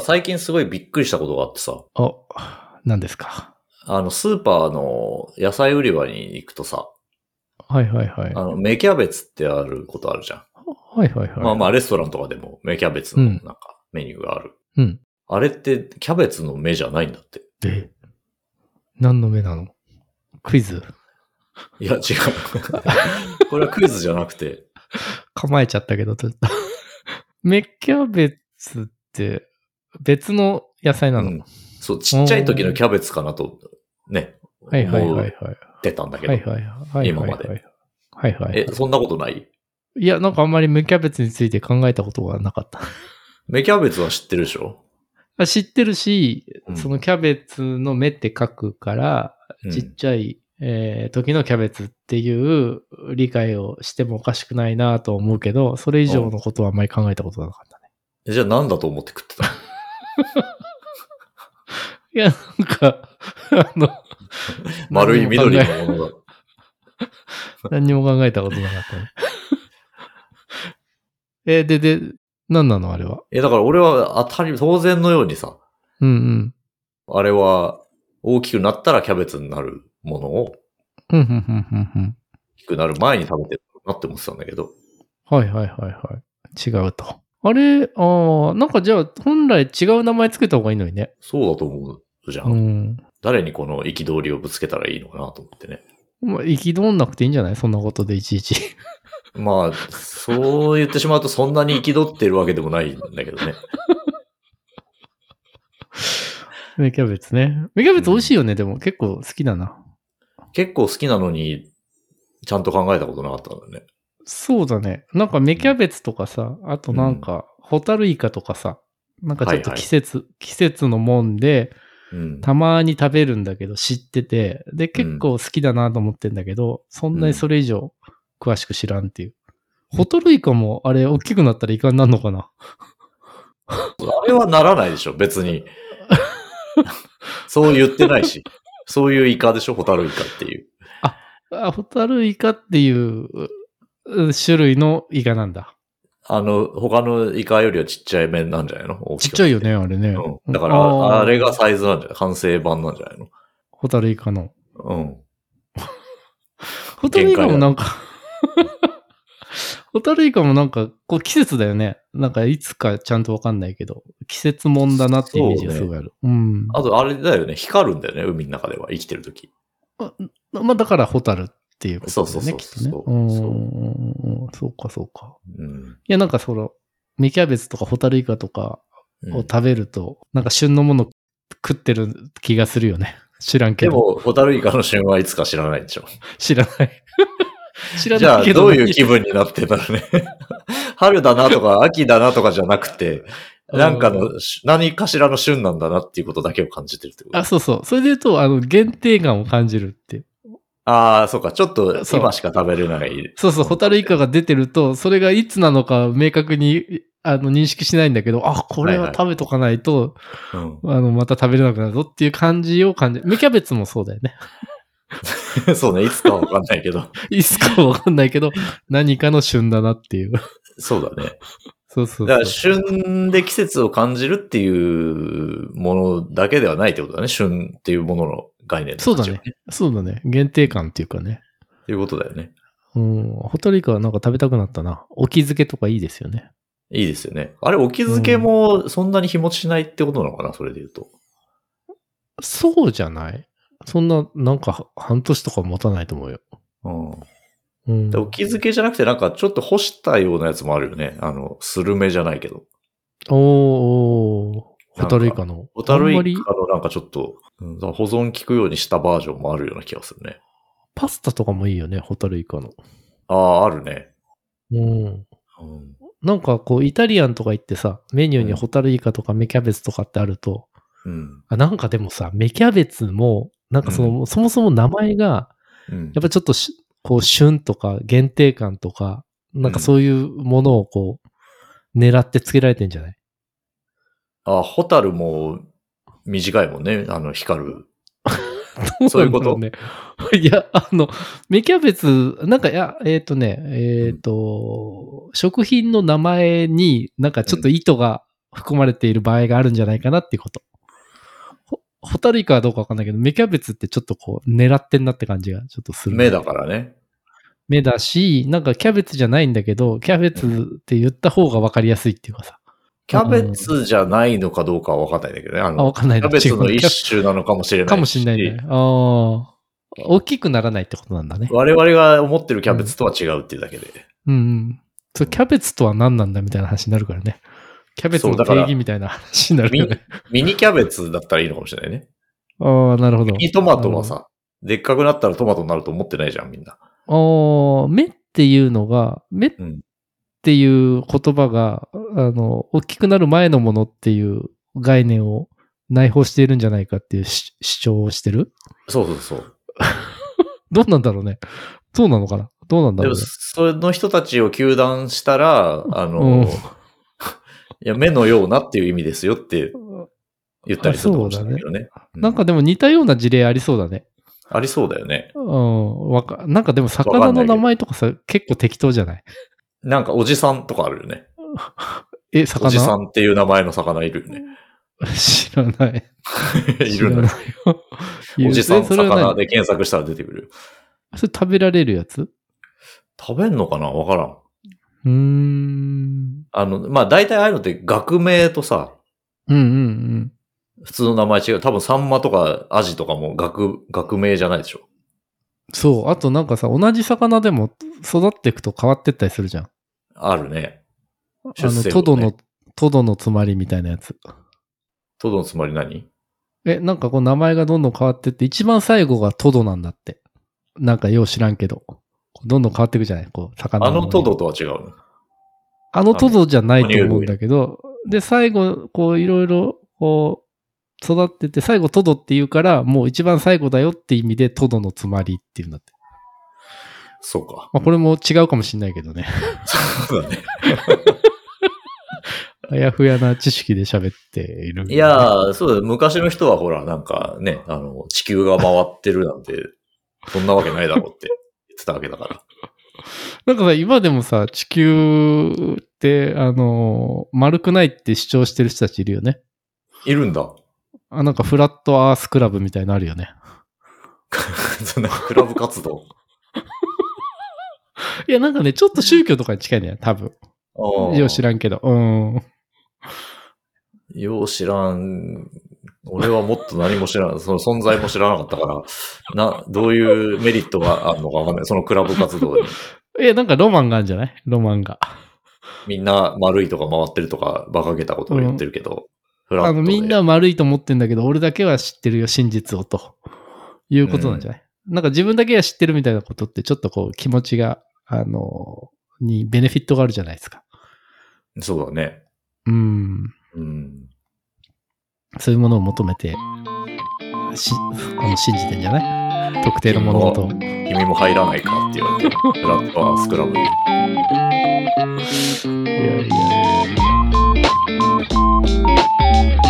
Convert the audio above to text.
最近すごいびっくりしたことがあってさ、お、何ですか。あの、スーパーの野菜売り場に行くとさ、はいはいはい。あの、芽キャベツってあることあるじゃん。はいはいはい。まあまあ、レストランとかでも芽キャベツのなんかメニューがある。うん。あれってキャベツの芽じゃないんだって。で、何の目なのクイズいや、違う。 これはクイズじゃなくて、構えちゃったけど、ちょっと。 メキャベツって別の野菜なの、うんそう、ちっちゃい時のキャベツかなと、ね、はいはいはいはい。思ってたんだけど。はいはいはい。今まではいはいはい。え、そんなことないいや、なんかあんまりメキャベツについて考えたことがなかった。 芽キャベツは知ってるでしょ、あ知ってるし、うんそのキャベツの芽って書くから、うんちっちゃい、えー時のキャベツっていう理解をしてもおかしくないなと思うけど、それ以上のことはあんまり考えたことがなかったね。えじゃあ何だと思って食ってたの いや、なんか、あの、 丸い緑何も考のものだ。え何にも考えたことなかったね。 えーで、で、何なのあれは。え、だから俺は当たり、当然のようにさ、うんあれは大きくなったらキャベツになるものを、うん。うん、うん、うん、うん、うん。大きくなる前に食べてるなって思ってたんだけど、はいはいはいはい。違うと。あれ、ああ、なんかじゃあ、本来違う名前つけた方がいいのにね。そうだと思うじゃん。うん。誰にこの憤りをぶつけたらいいのかなと思ってね。まあ、生きどんなくていいんじゃないそんなことでいちいち。まあ、そう言ってしまうとそんなに憤ってるわけでもないんだけどね。芽キャベツね。芽キャベツ美味しいよね、でも結構好きだな。結構好きなのに、ちゃんと考えたことなかったんだよね。そうだね。なんか芽キャベツとかさ、あとなんか、ホタルイカとかさ、なんかちょっと季節、季節のもんで、うん。たまに食べるんだけど知ってて、で、結構好きだなと思ってんだけど、そんなにそれ以上詳しく知らんっていう。ホタルイカもあれ、大きくなったらイカになるのかなあれはならないでしょ、別 に。そう言ってないし。そういうイカでしょ、ホタルイカっていう。あ、ホタルイカっていうう種類のイカなんだ。あの、他のイカよりはちっちゃい面なんじゃないのちっちゃいよ。大ね、あれきねくな。てうん。だから、あーあれがサイズなんじゃない完成版なんじゃないのホタルイカの。うん。ホタルイカもなんか、ホタルイカもなんか、こう季節だよね。なんかいつかちゃんとわかんないけど、季節もんだなってイメージがすごいある。うん。あと、あれだよね。光るんだよね、海の中では、生きてるとき。まあだからホタルっていうことだよね、そうきっそとうそうね。そううーん。そうか、そうか。うん。いや、なんかその、芽キャベツとかホタルイカとかうんを食べると、なんか旬のもの食ってる気がするよね。知らんけでど。も、ホタルイカの旬はいつか知らないでしょ。知らない。 知らじゃないあ、けどど。ういう気分になってんだろうね。 春だなとか、秋だなとかじゃなくて、なんかの、何かしらの旬なんだなっていうことだけを感じてるってこと。あ、そうそう。それで言うと、あの、限定感を感じるって。ああ、そうか。ちょっとそう今しか食べれない。そうそう、ホタルイカが出てると、それがいつなのか明確にあの認識しないんだけど、あ、これはいははい食べとかないと、うん、 あの、また食べれなくなるぞっていう感じを感じる。芽キャベツもそうだよね。 そうね。いつかはわかんないけど。いつかはわかんないけど、何かの旬だなっていう。 そうだね。そうそうだそかうら、。旬で季節を感じるっていうものだけではないってことだね。旬っていうものの概念のそうだ価値はね。。そうだね。限定感っていうかね。っていうことだよね。うん、ホタルイカはなんか食べたくなったな。お気づけとかいいですよね。いいですよね。あれ、お気づけもそんなに日持ちしないってことなのかな、それで言うと。そうじゃないそんな、なんか半年とか持たないと思うよ。うん。うんで、お気づけじゃなくて、なんかちょっと干したようなやつもあるよね。あの、スルメじゃないけど。おーおなんー、ホかタルイカの。ホタルあんまりイカのなんかちょっと、うん、だから保存効くようにしたバージョンもあるような気がするね。パスタとかもいいよね、ホタルイカの。ああ、あるね。うん。うん。なんかこう、イタリアンとか行ってさ、メニューにホタルイカとか芽キャベツとかってあると、うん。あなんかでもさ、芽キャベツも、なんかその、そもそも名前が、うんやっぱちょっとし、こう、旬とか限定感とか、なんかそういうものをこう、狙ってつけられてんじゃないあ、ホタルも短いもんね。あの、光る。 そうなんだろね。いや、あの、芽キャベツ、なんか、いや、えっ、とね、えっ、と、食品の名前になんかちょっと意図が含まれている場合があるんじゃないかなっていうこと。ほホタルイカはどうかわかんないけど、メキャベツってちょっとこう、狙ってんなって感じがちょっとする。目だからね。目だし、なんかキャベツじゃないんだけど、キャベツって言った方がわかりやすいっていうかさ。キャベツじゃないのかどうかはわかんないんだけどね。ああ、わの、かんないキャベツの違う一種なのかもしれないかもしんないね。ああ。大きくならないってことなんだね。我々が思ってるキャベツとは違うっていうだけで。うんうん。そう、キャベツとは何なんだみたいな話になるからね。キャベツそのうだ定から義みたいな話になるよね。ミニキャベツだったらいいのかもしれないね。 ああ、なるほど。ミニトマトはさ、でっかくなったらトマトになると思ってないじゃん、みんな。あー目っていうのが、目っうんていう言葉が、あの、大きくなる前のものっていう概念を内包しているんじゃないかっていうし主張をしてるそうそうそう。どうなんだろうね。どうなのかなどうなんだでろうも、ね。その人たちを糾弾したら、あうんの、 いや、目のようなっていう意味ですよって言ったりするかもしれないけどね。うなんか、でも似たような事例ありそうだね。ありそうだよね。うん、わか、なんかでもわ魚かんないのけど名前とかさ、結構適当じゃないなんかおじさんとかあるよね。え、お魚じさんっていう名前の魚いるよね。知らない。 いる知らのなよいよ。おじさえんそれは魚何で検索したら出てくるよ。それ食べられるやつ食べんのかなわからん。うーん。あの、まあ、大体ああいうのって学名とさ、うんうん普通の名前違う。多分サンマとかアジとかも学、学名じゃないでしょ。うん。そう。あとなんかさ、同じ魚でも育っていくと変わってったりするじゃん。あるね。あ出の、世魚ねトドの、トドのつまりみたいなやつ。トドのつまり何え、なんかこう名前がどんどん変わってって、一番最後がトドなんだって。なんかよう知らんけど。どんどん変わっていくじゃないこう、魚あ名前のトドとは違うの。あのトドじゃないと思うんだけど、で、最後、こう、いろいろ、こう、育ってて、最後トドって言うから、もう一番最後だよって意味で、トドのつまりっていうんだって。そうか。まあ、これも違うかもしんないけどね。そうだね。 あやふやな知識で喋っている、いやー、そうだよ、昔の人はほら、なんかね、あの、地球が回ってるなんて、そんなわけないだろうって言ってたわけだから。なんかさ、今でもさ、地球って、あのー丸くないって主張してる人たちいるよね。いるんだ。 あ、なんかフラットアースクラブみたいなのあるよね。そんなクラブ活動。いや、なんかね、ちょっと宗教とかに近いね、多分。ああよう知らんけど。うん。よう知らん。俺はもっと何も知らん。その存在も知らなかったから、な、どういうメリットがあるのかわかんない。そのクラブ活動に。いや、なんかロマンがあるんじゃないロマンが。みんな丸いとか回ってるとか、馬鹿げたことを言ってるけど、フラッあトでの、みんな丸いと思ってんだけど、俺だけは知ってるよ、真実を、ということなんじゃない、なんか自分だけが知ってるみたいなことって、ちょっとこう、気持ちが、あの、にベネフィットがあるじゃないですか。そうだね。うん。うん。そういうものを求めて、し、あの信じてんじゃない特定のもののことを。君も入らないかって言われて、フラットはスクラブに。いやいやいや